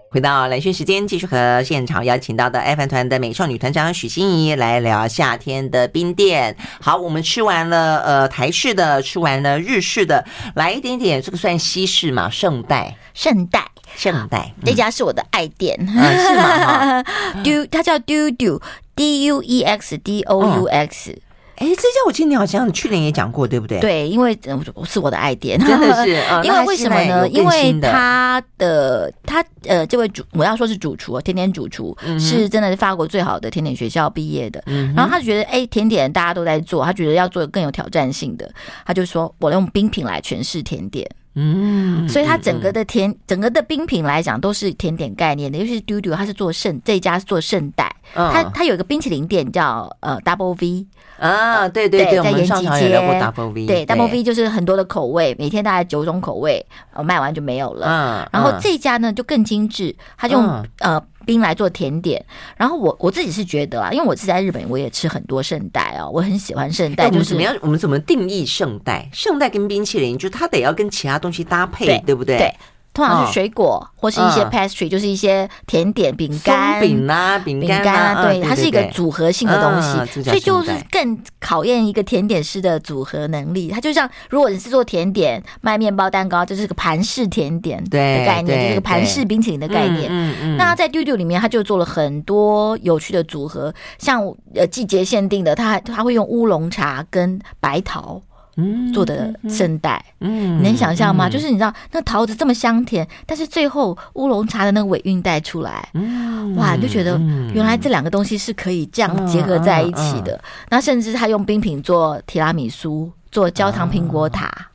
S1: 回到蓝轩时间，继续和现场邀请到的爱饭团的美少女团长许欣怡来聊夏天的冰店。好，我们吃完了呃台式的，吃完了日式的，来一点点这个算西式嘛，圣代，
S2: 圣代
S1: 圣 代，嗯
S2: 这家是我的爱店，
S1: 啊是吗？
S2: 丢，它叫丢丢 D U E X D O U X，、
S1: 哎，这家我记得你好像去年也讲过，对不对？，
S2: 对，因为呃我是我的爱 店，
S1: 真的是。。呃
S2: 因
S1: 那
S2: 为
S1: 它
S2: 为什
S1: 现
S2: 么
S1: 在
S2: 呢？
S1: 有更
S2: 因为
S1: 新的
S2: 他的他呃，这位主我要说是主厨，甜点主厨、
S1: 嗯
S2: 是真的是法国最好的甜点学校毕业的。然后他觉得，哎、甜点大家都在做，他觉得要做更有挑战性的，他就说我用冰品来诠释甜点。
S1: 嗯，
S2: 所以它整个的甜，整个的冰品来讲都是甜点概念的，尤其是丢丢，它是做圣这一家是做圣代，
S1: 嗯
S2: 它它有一个冰淇淋店叫呃 Double V，
S1: 啊，对对
S2: 对
S1: 我
S2: 在
S1: 们
S2: 延
S1: 上
S2: 吉
S1: 场也聊过
S2: 街
S1: Double V，嗯
S2: 对，Double V 就是很多的口味，每天大概九种口味，呃，卖完就没有了。
S1: 嗯，
S2: 然后
S1: 嗯
S2: 这家呢就更精致，它用、
S1: 嗯
S2: 呃冰来做甜点。然后我我自己是觉得啊，因为我是在日本，我也吃很多圣代哦，我很喜欢圣
S1: 哎
S2: 代，
S1: 我们
S2: 就
S1: 怎
S2: 是
S1: 么样？我们怎么定义圣代？圣代跟冰淇淋，就它得要跟其他东西搭配
S2: 对，
S1: 对不对？
S2: 对，通常
S1: 嗯
S2: 是水果、或是一些
S1: 嗯
S2: pastry，、就是一些甜点、饼
S1: 松
S2: 干、
S1: 饼啊，饼
S2: 饼
S1: 干
S2: 干啊，
S1: 嗯
S2: 对，它是一个
S1: 对
S2: 组合性的东
S1: 嗯这
S2: 西，
S1: 叫
S2: 所以就是
S1: 圣代
S2: 更考验一个甜点师的组合能力。它就像如果你是做甜点卖面包蛋糕，这是个盘式甜点的
S1: 对
S2: 概念，
S1: 对
S2: 就是个盘式冰淇淋的概念。
S1: 嗯嗯，
S2: 那在丢丢里面，它就做了很多有趣的组合，像呃季节限定的，它还它会用乌龙茶跟白桃
S1: 嗯
S2: 做的圣代，
S1: 嗯
S2: 你能想象吗？就是你知道那桃子这么香甜，但是最后乌龙茶的那个尾韵带出来，
S1: 嗯
S2: 哇，你就觉得
S1: 嗯
S2: 原来这两个东西是可以这样结合在一起的。
S1: 嗯
S2: 那甚至他用冰品做提拉米苏，做焦糖苹果塔。
S1: 嗯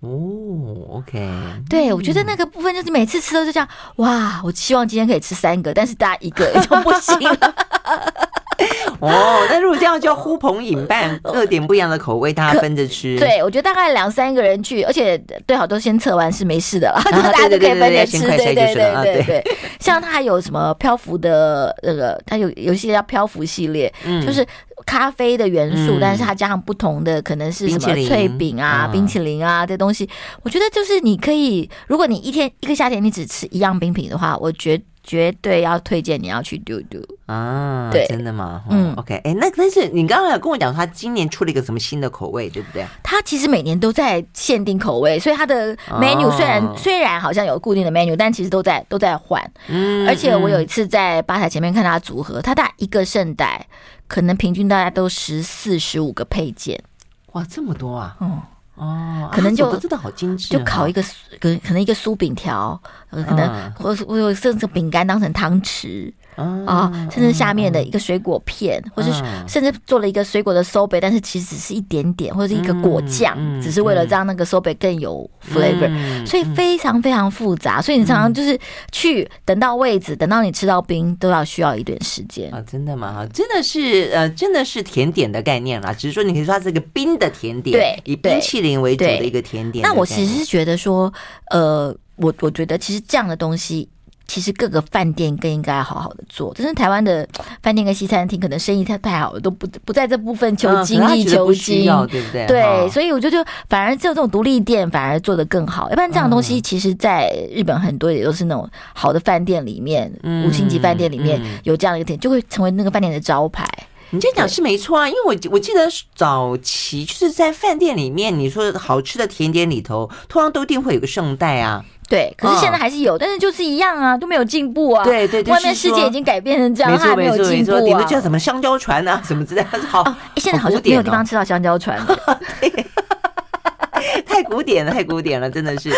S1: 哦，OK，
S2: 对，我觉得那个部分就是每次吃都是这样，哇！我希望今天可以吃三个，但是大家一 个就不行了。
S1: 哦，那如果这样就要呼朋引 伴，各点不一样的口味，大家分着吃，
S2: 对，我觉得大概两三个人去，而且最好都先测完是没事的啦，
S1: 啊
S2: 大家都可以分着吃。
S1: 对对对对对先快
S2: 对
S1: 筛就
S2: 对
S1: 是了啊
S2: 对对对，像它还有什么漂浮的那个，它有有一些叫漂浮系列，
S1: 嗯
S2: 就是咖啡的元素，
S1: 嗯
S2: 但是它加上不同的，可能是
S1: 冰
S2: 什
S1: 淇
S2: 么
S1: 淋
S2: 脆饼啊、
S1: 嗯
S2: 冰淇淋啊这东西。我觉得就是你可以，如果你一天一个夏天你只吃一样冰品的话，我绝绝对要推荐你要去丢丢。
S1: 啊，
S2: 对
S1: 真的吗？嗯
S2: 嗯
S1: ，OK，哎、那但是你刚刚有跟我讲，他今年出了一个什么新的口味，对不对？
S2: 它其实每年都在限定口味，所以它的
S1: 哦
S2: menu 虽然、虽然好像有固定的 menu，但其实都在都在换。
S1: 嗯
S2: 而且我有一次在吧台前面看它的组合，它大概一个圣代，可能平均大概都十四十五个配件。
S1: 哇，这么多啊！
S2: 嗯。
S1: 哦，
S2: 可能
S1: 啊
S2: 就
S1: 这个真的好精致、啊
S2: 就烤一
S1: 个，
S2: 个跟可能一个酥饼条，呃可能
S1: 嗯
S2: 或是或者甚至饼干当成汤匙啊，甚至下面的一个水果片，或是
S1: 嗯
S2: 甚至做了一个水果的收杯，但是其实只是一点点，或者是一个果酱，
S1: 嗯嗯
S2: 只是为了让那个收杯更有 flavor。
S1: 嗯
S2: 所以非常非常复杂，所以你常常就是去等到位置，等到你吃到冰，都要需要一点时间。
S1: 啊，真的吗？哈，真的是呃，真的是甜点的概念啦，只是说你可以说它是一个冰的甜点，
S2: 对
S1: 以冰淇淋为主
S2: 对
S1: 的一个甜点的概念。
S2: 那我其实是觉得说，呃，我我觉得其实这样的东西。其实各个饭店更应该好好的做，但是台湾的饭店跟西餐厅可能生意太太好了，都不不在这部分求
S1: 嗯
S2: 精
S1: 可能他
S2: 益
S1: 觉得
S2: 求
S1: 不需
S2: 精。
S1: 要对不对？
S2: 对，
S1: 哈
S2: 所以我就就反而只有这种独立店反而做得更好，要不然这样的东
S1: 嗯
S2: 西其实在日本很多也都是那种好的饭店里面，
S1: 嗯
S2: 五星级饭店里面
S1: 嗯
S2: 有这样的一个点，就会成为那个饭店的招牌。
S1: 你这样讲是没错啊，因为我我记得早期就是在饭店里面，你说好吃的甜点里头，通常都一定会有个圣代啊，
S2: 对，可是
S1: 嗯
S2: 现在还是有，但是就是一样啊，都没有进步啊。
S1: 对对对
S2: 外面
S1: 是
S2: 世
S1: 说
S2: 界已经改变成这样，
S1: 没
S2: 它还
S1: 错
S2: 没
S1: 没
S2: 有
S1: 错没
S2: 进步
S1: 错，顶多叫
S2: 啊。
S1: 什么香蕉船啊什么之类的， 好，
S2: 诶现在好像
S1: 古
S2: 没
S1: 典
S2: 有地
S1: 哦
S2: 方吃到香蕉船了，
S1: 哎太古典了，太古典了，真 的是。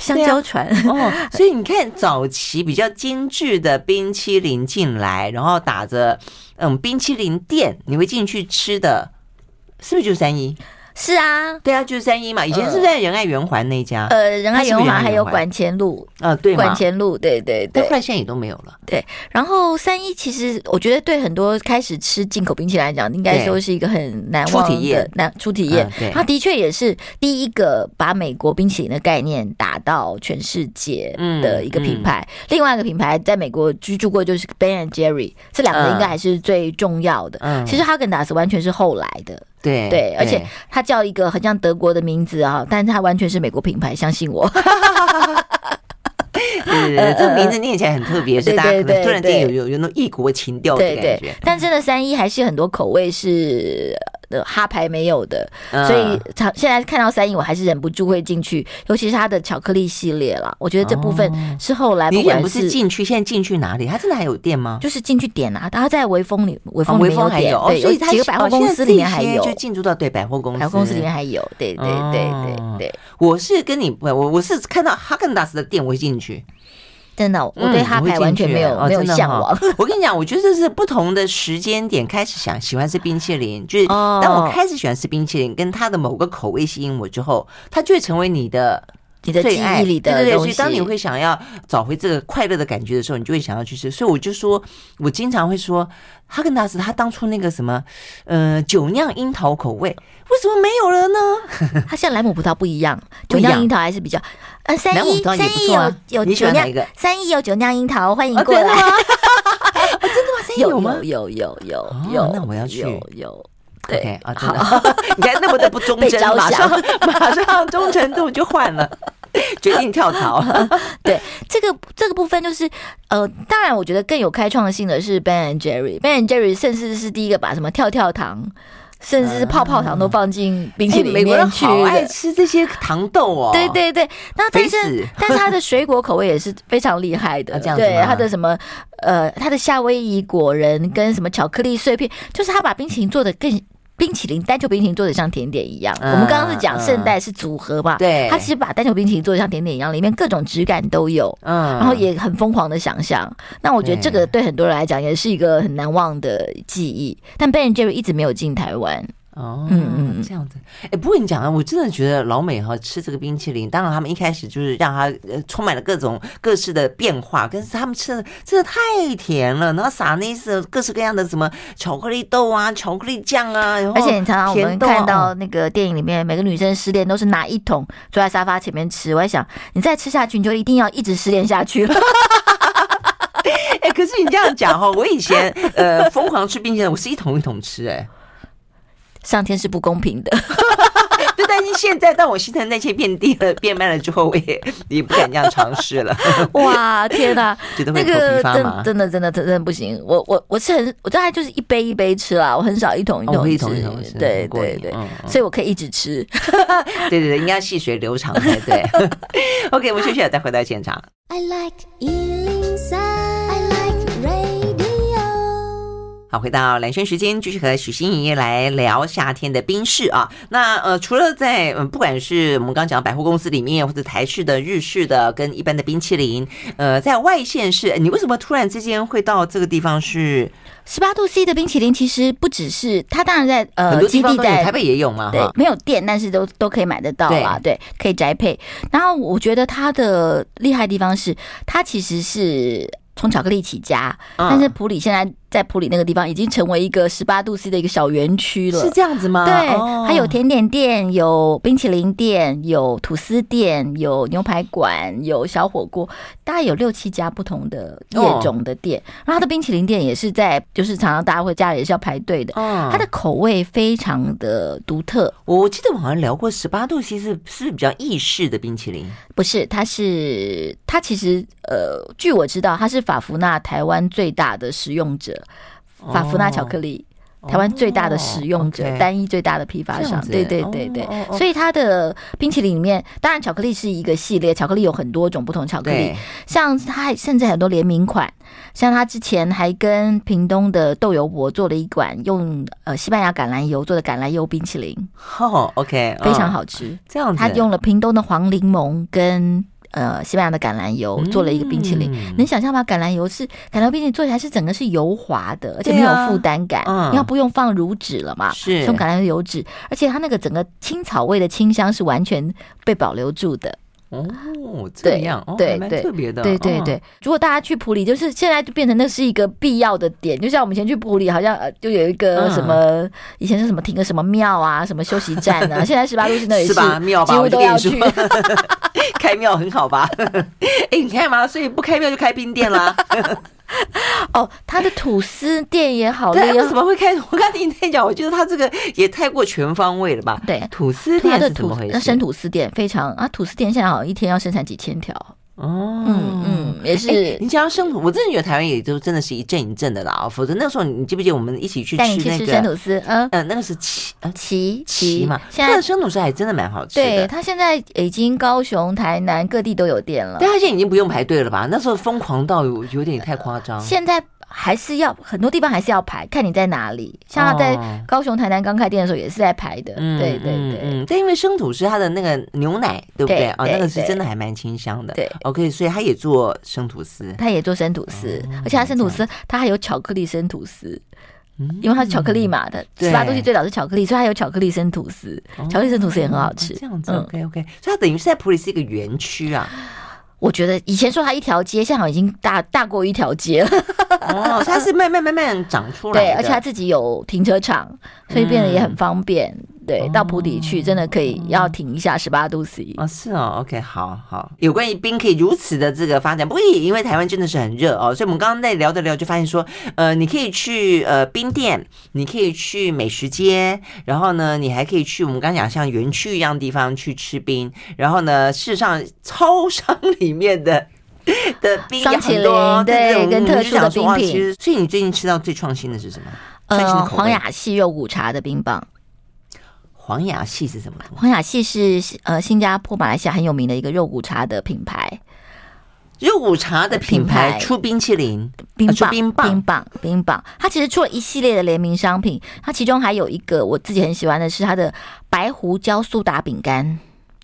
S2: 香蕉船。
S1: 哦，所以你看，早期比较精致的冰淇淋进来，然后打着嗯冰淇淋店，你会进去吃的，是不是就是三一？
S2: 是啊，
S1: 对啊，就是三一嘛。以前是不是在仁爱圆环那一家？
S2: 呃，仁
S1: 它
S2: 爱
S1: 是不
S2: 圆
S1: 是
S2: 环
S1: 仁爱
S2: 还有
S1: 圆环
S2: 管前路，
S1: 啊，对
S2: 呃管
S1: 嘛。
S2: 前路，对对
S1: 但
S2: 对
S1: 后。来现在也都没有了。
S2: 然后三一其实我觉得对很多开始吃进口冰淇淋来讲，应该
S1: 对
S2: 说是一个很难忘
S1: 初体
S2: 的
S1: 验
S2: 难初体验
S1: 嗯。对
S2: 它的确也是第一个把美国冰淇淋的概念打到全世界的一个
S1: 嗯
S2: 品牌。另外一个品牌在美国居住过就是 Ben and Jerry，这两个
S1: 嗯
S2: 应该还是最重要的。
S1: 嗯，
S2: 其实哈根达斯完全是后来的，
S1: 对
S2: 对，而且它叫一个很像德国的名字啊，但是它完全是美国品牌，相信
S1: 啊
S2: 我。
S1: 对对对，这个名字念起来很特别，
S2: 呃对
S1: 是大家可
S2: 对对
S1: 能突然间有
S2: 对
S1: 有有那种异国情调的
S2: 对
S1: 感
S2: 对
S1: 觉，，
S2: 但真的三一还是很多口味是呃哈牌没有的，
S1: 嗯
S2: 所以常现在看到三一，我还是忍不住会进去，尤其是它的巧克力系列啦，我觉得这部分是后来哎不
S1: 哦你忍
S2: 管
S1: 不是
S2: 是。
S1: 进去，现在进去哪里？它真的还有店吗？
S2: 就是进去点啊，然后在微风里，微
S1: 啊，
S2: 风里面有
S1: 还
S2: 点，
S1: 有，哦
S2: 对，
S1: 所以它
S2: 几个
S1: 是
S2: 百货
S1: 哦
S2: 公
S1: 现在
S2: 司里面
S1: 这
S2: 还
S1: 些
S2: 有，
S1: 就进驻到对百货公司，
S2: 百货公司里面还有，对对对
S1: 哦
S2: 对对，
S1: 我是跟你不，我我是看到哈根达斯的店，我会进去。
S2: 真的，我对
S1: 嗯
S2: 哈
S1: 我会
S2: 牌
S1: 进
S2: 完全
S1: 去
S2: 没有
S1: 哦
S2: 没有
S1: 真的
S2: 向
S1: 哈
S2: 往，
S1: 我跟你讲，我觉得这是不同的时间点开始想喜欢吃冰淇淋，就是
S2: 哦
S1: 当我开始喜欢吃冰淇淋，跟它的某个口味吸引我之后，它就会成为你的
S2: 你的
S1: 最
S2: 记
S1: 爱
S2: 忆里的
S1: 对对对，
S2: 东
S1: 所
S2: 西，
S1: 以当你 会想要找回这个快乐的感觉的时候，你就会想要去吃。所以我就说，我经常会说，哈根达斯他当初那个什么，呃，酒酿樱桃口味，为什么没有了呢？
S2: 它像莱姆葡萄不一样，
S1: 不
S2: 酒
S1: 一样
S2: 酿樱桃还是比较，呃，三
S1: 莱姆
S2: 一
S1: 葡萄也
S2: 三
S1: 不
S2: 一
S1: 错啊
S2: 有有
S1: 你喜
S2: 酒
S1: 欢哪
S2: 酿
S1: 一个，
S2: 三一有酒酿樱桃，欢迎
S1: 哦
S2: 过
S1: 真的
S2: 来。
S1: 哦真
S2: 有
S1: 有吗
S2: 有 有有有
S1: 哦
S2: 有，
S1: 那我要去
S2: 有有，
S1: OK，
S2: 对
S1: 啊，真
S2: 好，
S1: 的， 你看那么的不忠
S2: 被
S1: 贞，
S2: 招
S1: 马
S2: 降
S1: 上马上忠诚度就换了，决定跳 槽。
S2: 对这个这个部分就是呃，当然我觉得更有开创性的是 Ben and Jerry，Ben and Jerry 甚至是第一个把什么跳跳糖，甚至是泡泡糖都放进冰淇
S1: 啊哎
S2: 淋
S1: 美
S2: 里
S1: 国人
S2: 面去
S1: 好爱
S2: 的。
S1: 吃这些糖豆哦，
S2: 对对对，那但
S1: 肥
S2: 是
S1: 死
S2: 但是它的水果口味也是非常厉害的，
S1: 啊这样子
S2: 对
S1: 吗
S2: 它的什么呃，它的夏威夷果仁跟什么巧克力碎片，就是它把冰淇淋做的更。冰淇淋单球冰淇淋做的像甜点一样，
S1: 嗯
S2: 我们刚刚是讲
S1: 嗯
S2: 圣代是组合嘛，
S1: 对
S2: 它其实把单球冰淇淋做的像甜点一样，里面各种质感都有，
S1: 嗯，
S2: 然后也很疯狂的想象。那我觉得这个对很多人来讲也是一个很难忘的记忆。但 Ben Jerry 一直没有进台湾，
S1: 哦，
S2: 嗯嗯嗯
S1: 这样子。哎、不过你讲啊，我真的觉得老美哈吃这个冰淇淋，当然他们一开始就是让它呃充满了各种各式的变化，但是他们吃的真的太甜了，然后撒那些各式各样的什么巧克力豆啊、巧克力酱啊，然后
S2: 而且你常常我们
S1: 甜豆啊
S2: 看到
S1: 哦
S2: 那个电影里面，每个女生失恋都是拿一桶坐在沙发前面吃。我在想，你再吃下去，你就一定要一直失恋下去 了。
S1: 哎、可是你这样讲哈，我以前呃疯狂吃冰淇淋，我是一桶一桶吃、哎。
S2: 上天是不公平的，
S1: 就担心现在，当我心疼那些变低了、变慢了之后，我也也不敢这样尝试了，
S2: 哇，天哪、
S1: 觉得会
S2: 那
S1: 头皮
S2: 个
S1: 发麻
S2: 真。真的真的真的不行，我我我是很我大概就是一杯一杯吃啦，我很少一桶一
S1: 哦我
S2: 桶
S1: 会
S2: 吃，
S1: 一桶一桶吃
S2: 对
S1: 很过
S2: 对
S1: 瘾
S2: 对，
S1: 嗯嗯
S2: 所以我可以一直吃。
S1: 对对对，应该细水流长才对。OK，我们休息了再回到现场。
S3: I like Ealing Sound. I like radio.
S1: 好，回到蓝轩时间，继续和许欣怡来聊夏天的冰室啊。那呃，除了在嗯，不管是我们刚刚讲百货公司里面，或者台式的、日式的，跟一般的冰淇淋，呃，在外县市，你为什么突然之间会到这个地方是？
S2: 十八度 C 的冰淇淋其实不只是它，当然在
S1: 很
S2: 呃
S1: 多
S2: 基
S1: 地方
S2: 地
S1: 都有，
S2: 在
S1: 台北也有嘛，
S2: 对
S1: 哈，，
S2: 没有店，但是都都可以买得到啦，对，可以宅配。然后我觉得它的厉害的地方是，它其实是从巧克力起家，
S1: 嗯
S2: 但是普里现在在普里那个地方已经成为一个十八度 C 的一个小园区了。
S1: 是这样子吗？
S2: 对，
S1: 哦
S2: 它有甜点店，有冰淇淋店，有吐司店，有牛排馆，有小火锅，大概有六七家不同的
S1: 哦
S2: 业种的店。然后它的冰淇淋店也是在，就是常常大家会家里也是要排队的。
S1: 嗯，
S2: 它的口味非常的独特，
S1: 我记得我好像聊过十八度，其实是比较意式的冰淇淋，
S2: 不是，它是它其实呃，据我知道，它是法芙娜台湾最大的使用者，法芙娜巧克力。台湾最大的使用者
S1: 哦，，OK
S2: 单一最大的批发
S1: 这样
S2: 商，
S1: 子
S2: 对对对对
S1: 哦哦，哦
S2: 所以它的冰淇淋里面，当然巧克力是一个系列，巧克力有很多种不同巧克力
S1: 对，，
S2: 像它还甚至很多联名款，像它之前还跟屏东的豆油博做了一款用呃西班牙橄榄油做的橄榄油冰淇淋，
S1: 哦，OK，
S2: 非
S1: 嗯，
S2: 常好吃。
S1: 这样子，
S2: 他用了屏东的黄柠檬跟呃西班牙的橄榄油做了一个冰淇淋。
S1: 嗯
S2: 能想象吗？橄榄油是橄榄冰淇淋做起来是整个是油滑的，而且没
S1: 对
S2: 有
S1: 啊
S2: 负担感，
S1: 嗯
S2: 因为它不用放乳脂了嘛，
S1: 是
S2: 用橄榄油脂，而且它那个整个青草味的清香是完全被保留住的。
S1: 哦，这
S2: 对
S1: 样哦，
S2: 对
S1: 还蛮
S2: 对
S1: 特别的，
S2: 对对
S1: 嗯
S2: 对，，如果大家去普里，就是现在就变成那是一个必要的点，就像我们以前去普里，好像呃就有一个
S1: 嗯
S2: 什么、以前是什么停个什么庙啊，什么休息站 啊，现在十八路是那里
S1: 是吧？妙
S2: 几
S1: 吧？
S2: 乎
S1: 我就
S2: 都
S1: 跟
S2: 要
S1: 你
S2: 去
S1: 说。，开庙很好吧？ 哎，你看嘛，所以不开庙就开冰店啦。
S2: 哦，它的吐司店也 好啊厉
S1: 对，为
S2: 害
S1: 什。么会开？我刚听你在讲，我觉得他这个也太过全方位了吧？
S2: 对
S1: 吐司
S2: 它
S1: 店
S2: 的
S1: 是怎
S2: 吐
S1: 么回
S2: 那
S1: 事？
S2: 生吐司店非常啊，吐司店现在好像一天要生产几千条，
S1: 哦，
S2: 嗯。嗯，也
S1: 哎
S2: 是
S1: 你讲到生吐，我真的觉得台湾也都真的是一阵一阵的啦啊，否则那时候你记不记得我们一起去
S2: 带你去
S1: 那
S2: 吃生
S1: 个？
S2: 吐司，嗯，
S1: 呃，那个是奇呃
S2: 奇
S1: 奇嘛，
S2: 现
S1: 它的
S2: 在
S1: 生吐司还真的蛮好吃
S2: 对
S1: 的。
S2: 它现在已经高雄、台南各地都有店了
S1: 但，它现在已经不用排队了吧？那时候疯狂到有有点太夸张。
S2: 哦现在还是要很多地方还是要排，看你在哪里，像它
S1: 哦
S2: 在高雄、台南刚开店的时候也是在排的，对对
S1: 嗯
S2: 对
S1: 嗯，但因为生吐司它的那个牛奶，对不
S2: 对
S1: 对啊？
S2: 对
S1: 那个是
S2: 对
S1: 真的还蛮清香的。
S2: 对。
S1: OK，所以他也做生吐司。
S2: 他也做生吐司，
S1: 哦
S2: 而且他生吐司他还有巧克力生吐司。
S1: 嗯
S2: 因为它是巧克力嘛，它
S1: 对哦
S2: 十八度西最早是巧克力，所以它有巧克力生吐司，巧克力生吐司也很好吃
S1: 这。样子
S2: 嗯
S1: ，OK OK，所以它等于是在普里是一个园区啊，
S2: 我觉得以前说它一条街，现在好像已经大大过一条街了。
S1: 哦，所以它是慢慢慢慢长出来
S2: 对，
S1: 的，
S2: 而且它自己有停车场，所以变得也
S1: 嗯
S2: 很方便。对，到普里去真的可以要停一下十八度 C。
S1: 哦，是哦，OK，好好，有关于冰可以如此的这个发展，不过也因为台湾真的是很热哦，所以我们刚刚在聊着聊就发现说，呃，你可以去呃冰店，你可以去美食街，然后呢，你还可以去我们刚刚讲像园区一样的地方去吃冰，然后呢，事实上超商里面的。的冰有
S2: 双淇
S1: 很多，
S2: 淋对
S1: 我们
S2: 跟
S1: 我们
S2: 特
S1: 就
S2: 殊的
S1: 想说
S2: 冰
S1: 哇
S2: 品
S1: 其实，所以你最近吃到最创新的是什么？创新的
S2: 呃，
S1: 口味
S2: 黄雅系肉骨茶的冰棒，
S1: 黄雅系是什么东西？
S2: 黄雅系是呃新加坡、马来西亚很有名的一个肉骨茶的品牌。
S1: 肉骨茶的品
S2: 品
S1: 牌
S2: 牌
S1: 出冰淇淋，
S2: 冰
S1: 啊出
S2: 棒、
S1: 冰棒
S2: 冰棒、冰棒，它其实出了一系列的联名商品，它其中还有一个我自己很喜欢的是它的白胡椒苏打饼干，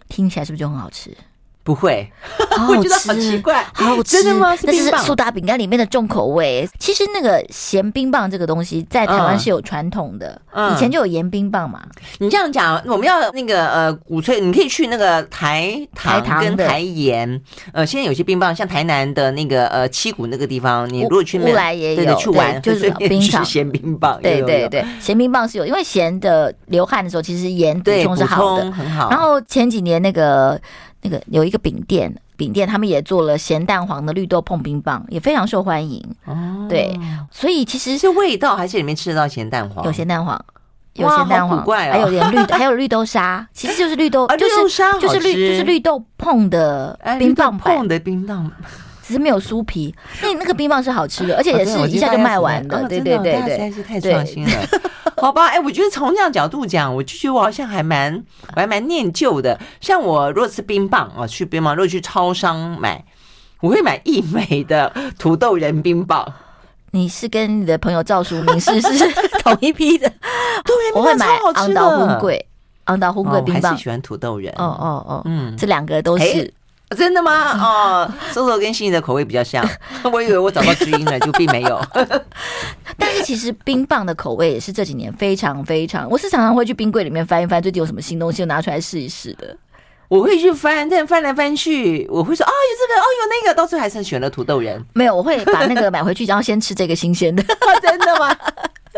S2: 听起来是不是就很好吃？
S1: 不会，
S2: 好
S1: 我
S2: 好
S1: 觉得好奇
S2: 吃。
S1: 怪，
S2: 好吃，
S1: 真的吗？是
S2: 那
S1: 冰
S2: 是
S1: 棒
S2: 苏打饼干里面的重口味。其实那个咸冰棒这个东西在台湾
S1: 嗯
S2: 是有传统的，
S1: 嗯
S2: 以前就有盐冰棒嘛。
S1: 你这样讲，我们要那个呃鼓吹，你可以去那个台糖
S2: 台糖
S1: 跟
S2: 对
S1: 台盐。呃，现在有些冰棒，像台南的那个呃七谷那个地方，你如果去那
S2: 乌来也
S1: 对
S2: 有
S1: 对去玩，
S2: 对就是
S1: 顺便
S2: 冰
S1: 吃
S2: 场
S1: 咸冰棒，
S2: 对
S1: 有
S2: 对，对，咸冰棒是有，因为咸的流汗的时候，其实盐补
S1: 有有对
S2: 充是好的。
S1: 充很好。
S2: 然后前几年那个那个有一个饼店，饼店他们也做了咸蛋黄的绿豆碰冰棒，也非常受欢迎。
S1: 哦
S2: 对，所以其实
S1: 是味道还是里面吃得到咸蛋黄？
S2: 有咸蛋黄，有
S1: 哇
S2: 咸蛋
S1: 好
S2: 黄，
S1: 古怪哦
S2: 还有点绿，还有绿豆沙，其实就是绿豆，
S1: 啊，
S2: 就
S1: 绿豆
S2: 是
S1: 沙好
S2: 就是绿
S1: 吃
S2: 就是绿豆碰的
S1: 哎
S2: 冰
S1: 绿豆
S2: 棒版
S1: 碰，的冰棒，
S2: 只是没有酥皮。那那个冰棒是好吃的，而且
S1: 哦
S2: 也
S1: 对
S2: 是
S1: 我
S2: 一
S1: 觉得
S2: 下
S1: 大
S2: 就
S1: 家
S2: 卖
S1: 是
S2: 完
S1: 哦
S2: 的。对
S1: 真
S2: 对
S1: 哦
S2: 对
S1: 大家实在
S2: 对，
S1: 是太
S2: 对
S1: 创新 了。 好吧，哎，我觉得从这样角度讲，我就觉得我好像还蛮，我还蛮念旧的。像我若吃冰棒啊，去冰棒，如果去超商买，我会买一美的土豆人冰棒。
S2: 你是跟你的朋友赵淑明是是 同一 批的，
S1: 对，
S2: 我会买
S1: 哎超好
S2: 昂
S1: 吃的
S2: 达红桂，昂达红
S1: 哦
S2: 桂
S1: 我
S2: 冰
S1: 还
S2: 棒
S1: 是。喜欢土豆人。
S2: 哦哦哦，
S1: 嗯，
S2: 这两个都是
S1: 真的吗？哦，搜搜跟心怡的口味比较像， 我以为我找到知音了，就并没有。
S2: 但是其实冰棒的口味也是这几年非常非常，我是常常会去冰柜里面翻一翻，最近有什么新东西，我拿出来试一试的。
S1: 我会去翻，但翻来翻去，我会说哦有这个，哦有那个，到最后还是选了土豆 人。
S2: 没有，我会把那个买回去，然后先吃这个新鲜的。
S1: 哦真的吗？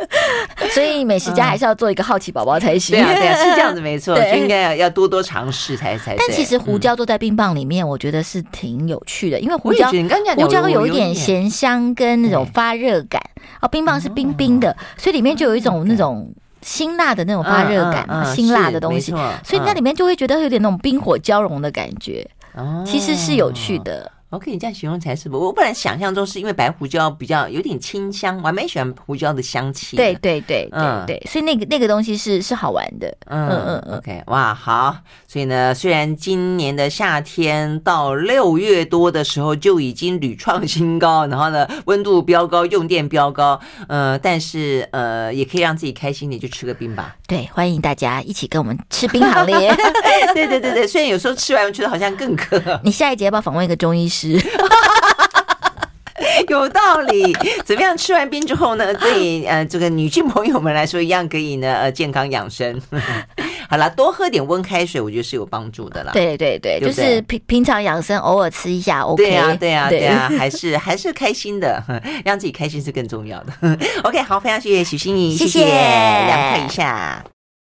S2: 所以美食家还是要做一个好奇宝宝才行。
S1: 对啊对啊，是这样子。没错，
S2: 对
S1: 就应该要要多多尝试才才对。
S2: 但其实胡
S1: 嗯，
S2: 椒做在冰棒里面，我觉得是挺有趣的，因为胡
S1: 我也
S2: 椒
S1: 觉得你刚刚讲
S2: 胡椒
S1: 我
S2: 有
S1: 有
S2: 一点。咸香跟那种
S1: 对
S2: 发热感，哦，冰棒是冰冰的，所以里面就有一种那种辛辣的那种发热感
S1: 嗯
S2: 嘛，
S1: 嗯嗯
S2: 辛辣
S1: 是
S2: 的东西
S1: 没，错
S2: 所以那里面就会觉得有点那种冰火交融的感觉，
S1: 嗯
S2: 其实是有趣。的。
S1: 我跟你这样形容才是不，我本来想象中是因为白胡椒比较有点清香，我还蛮喜欢胡椒的香气的。
S2: 对对对对
S1: 嗯
S2: 对，所以那个那个东西是是好玩的，嗯嗯
S1: 嗯
S2: 嗯
S1: 嗯，OK，哇，好，所以呢，虽然今年的夏天到六月多的时候就已经屡创新高，然后呢，温度飙高，用电飙高，呃，但是呃，也可以让自己开心一点，就吃个冰吧。
S2: 对，欢迎大家一起跟我们吃冰 行列。
S1: 哎对对对对，虽然有时候吃完觉得好像 更渴，
S2: 你下一节要不要访问一个中 医师？
S1: 有道理。怎么样？吃完冰之后呢，对呃这个女性朋友们来说，一样可以呢呃健康养生。 好啦，多喝点温开水，我觉得是有帮助的啦。
S2: 对对对，
S1: 对
S2: 就
S1: 不对
S2: 是平平常养生，偶尔吃一下 OK。
S1: 对呀、对呀、啊对呀、还是还是开心的，让自己开心是更重要的。OK，好，非常谢谢许心怡，
S2: 谢谢
S1: 谢谢凉快一下。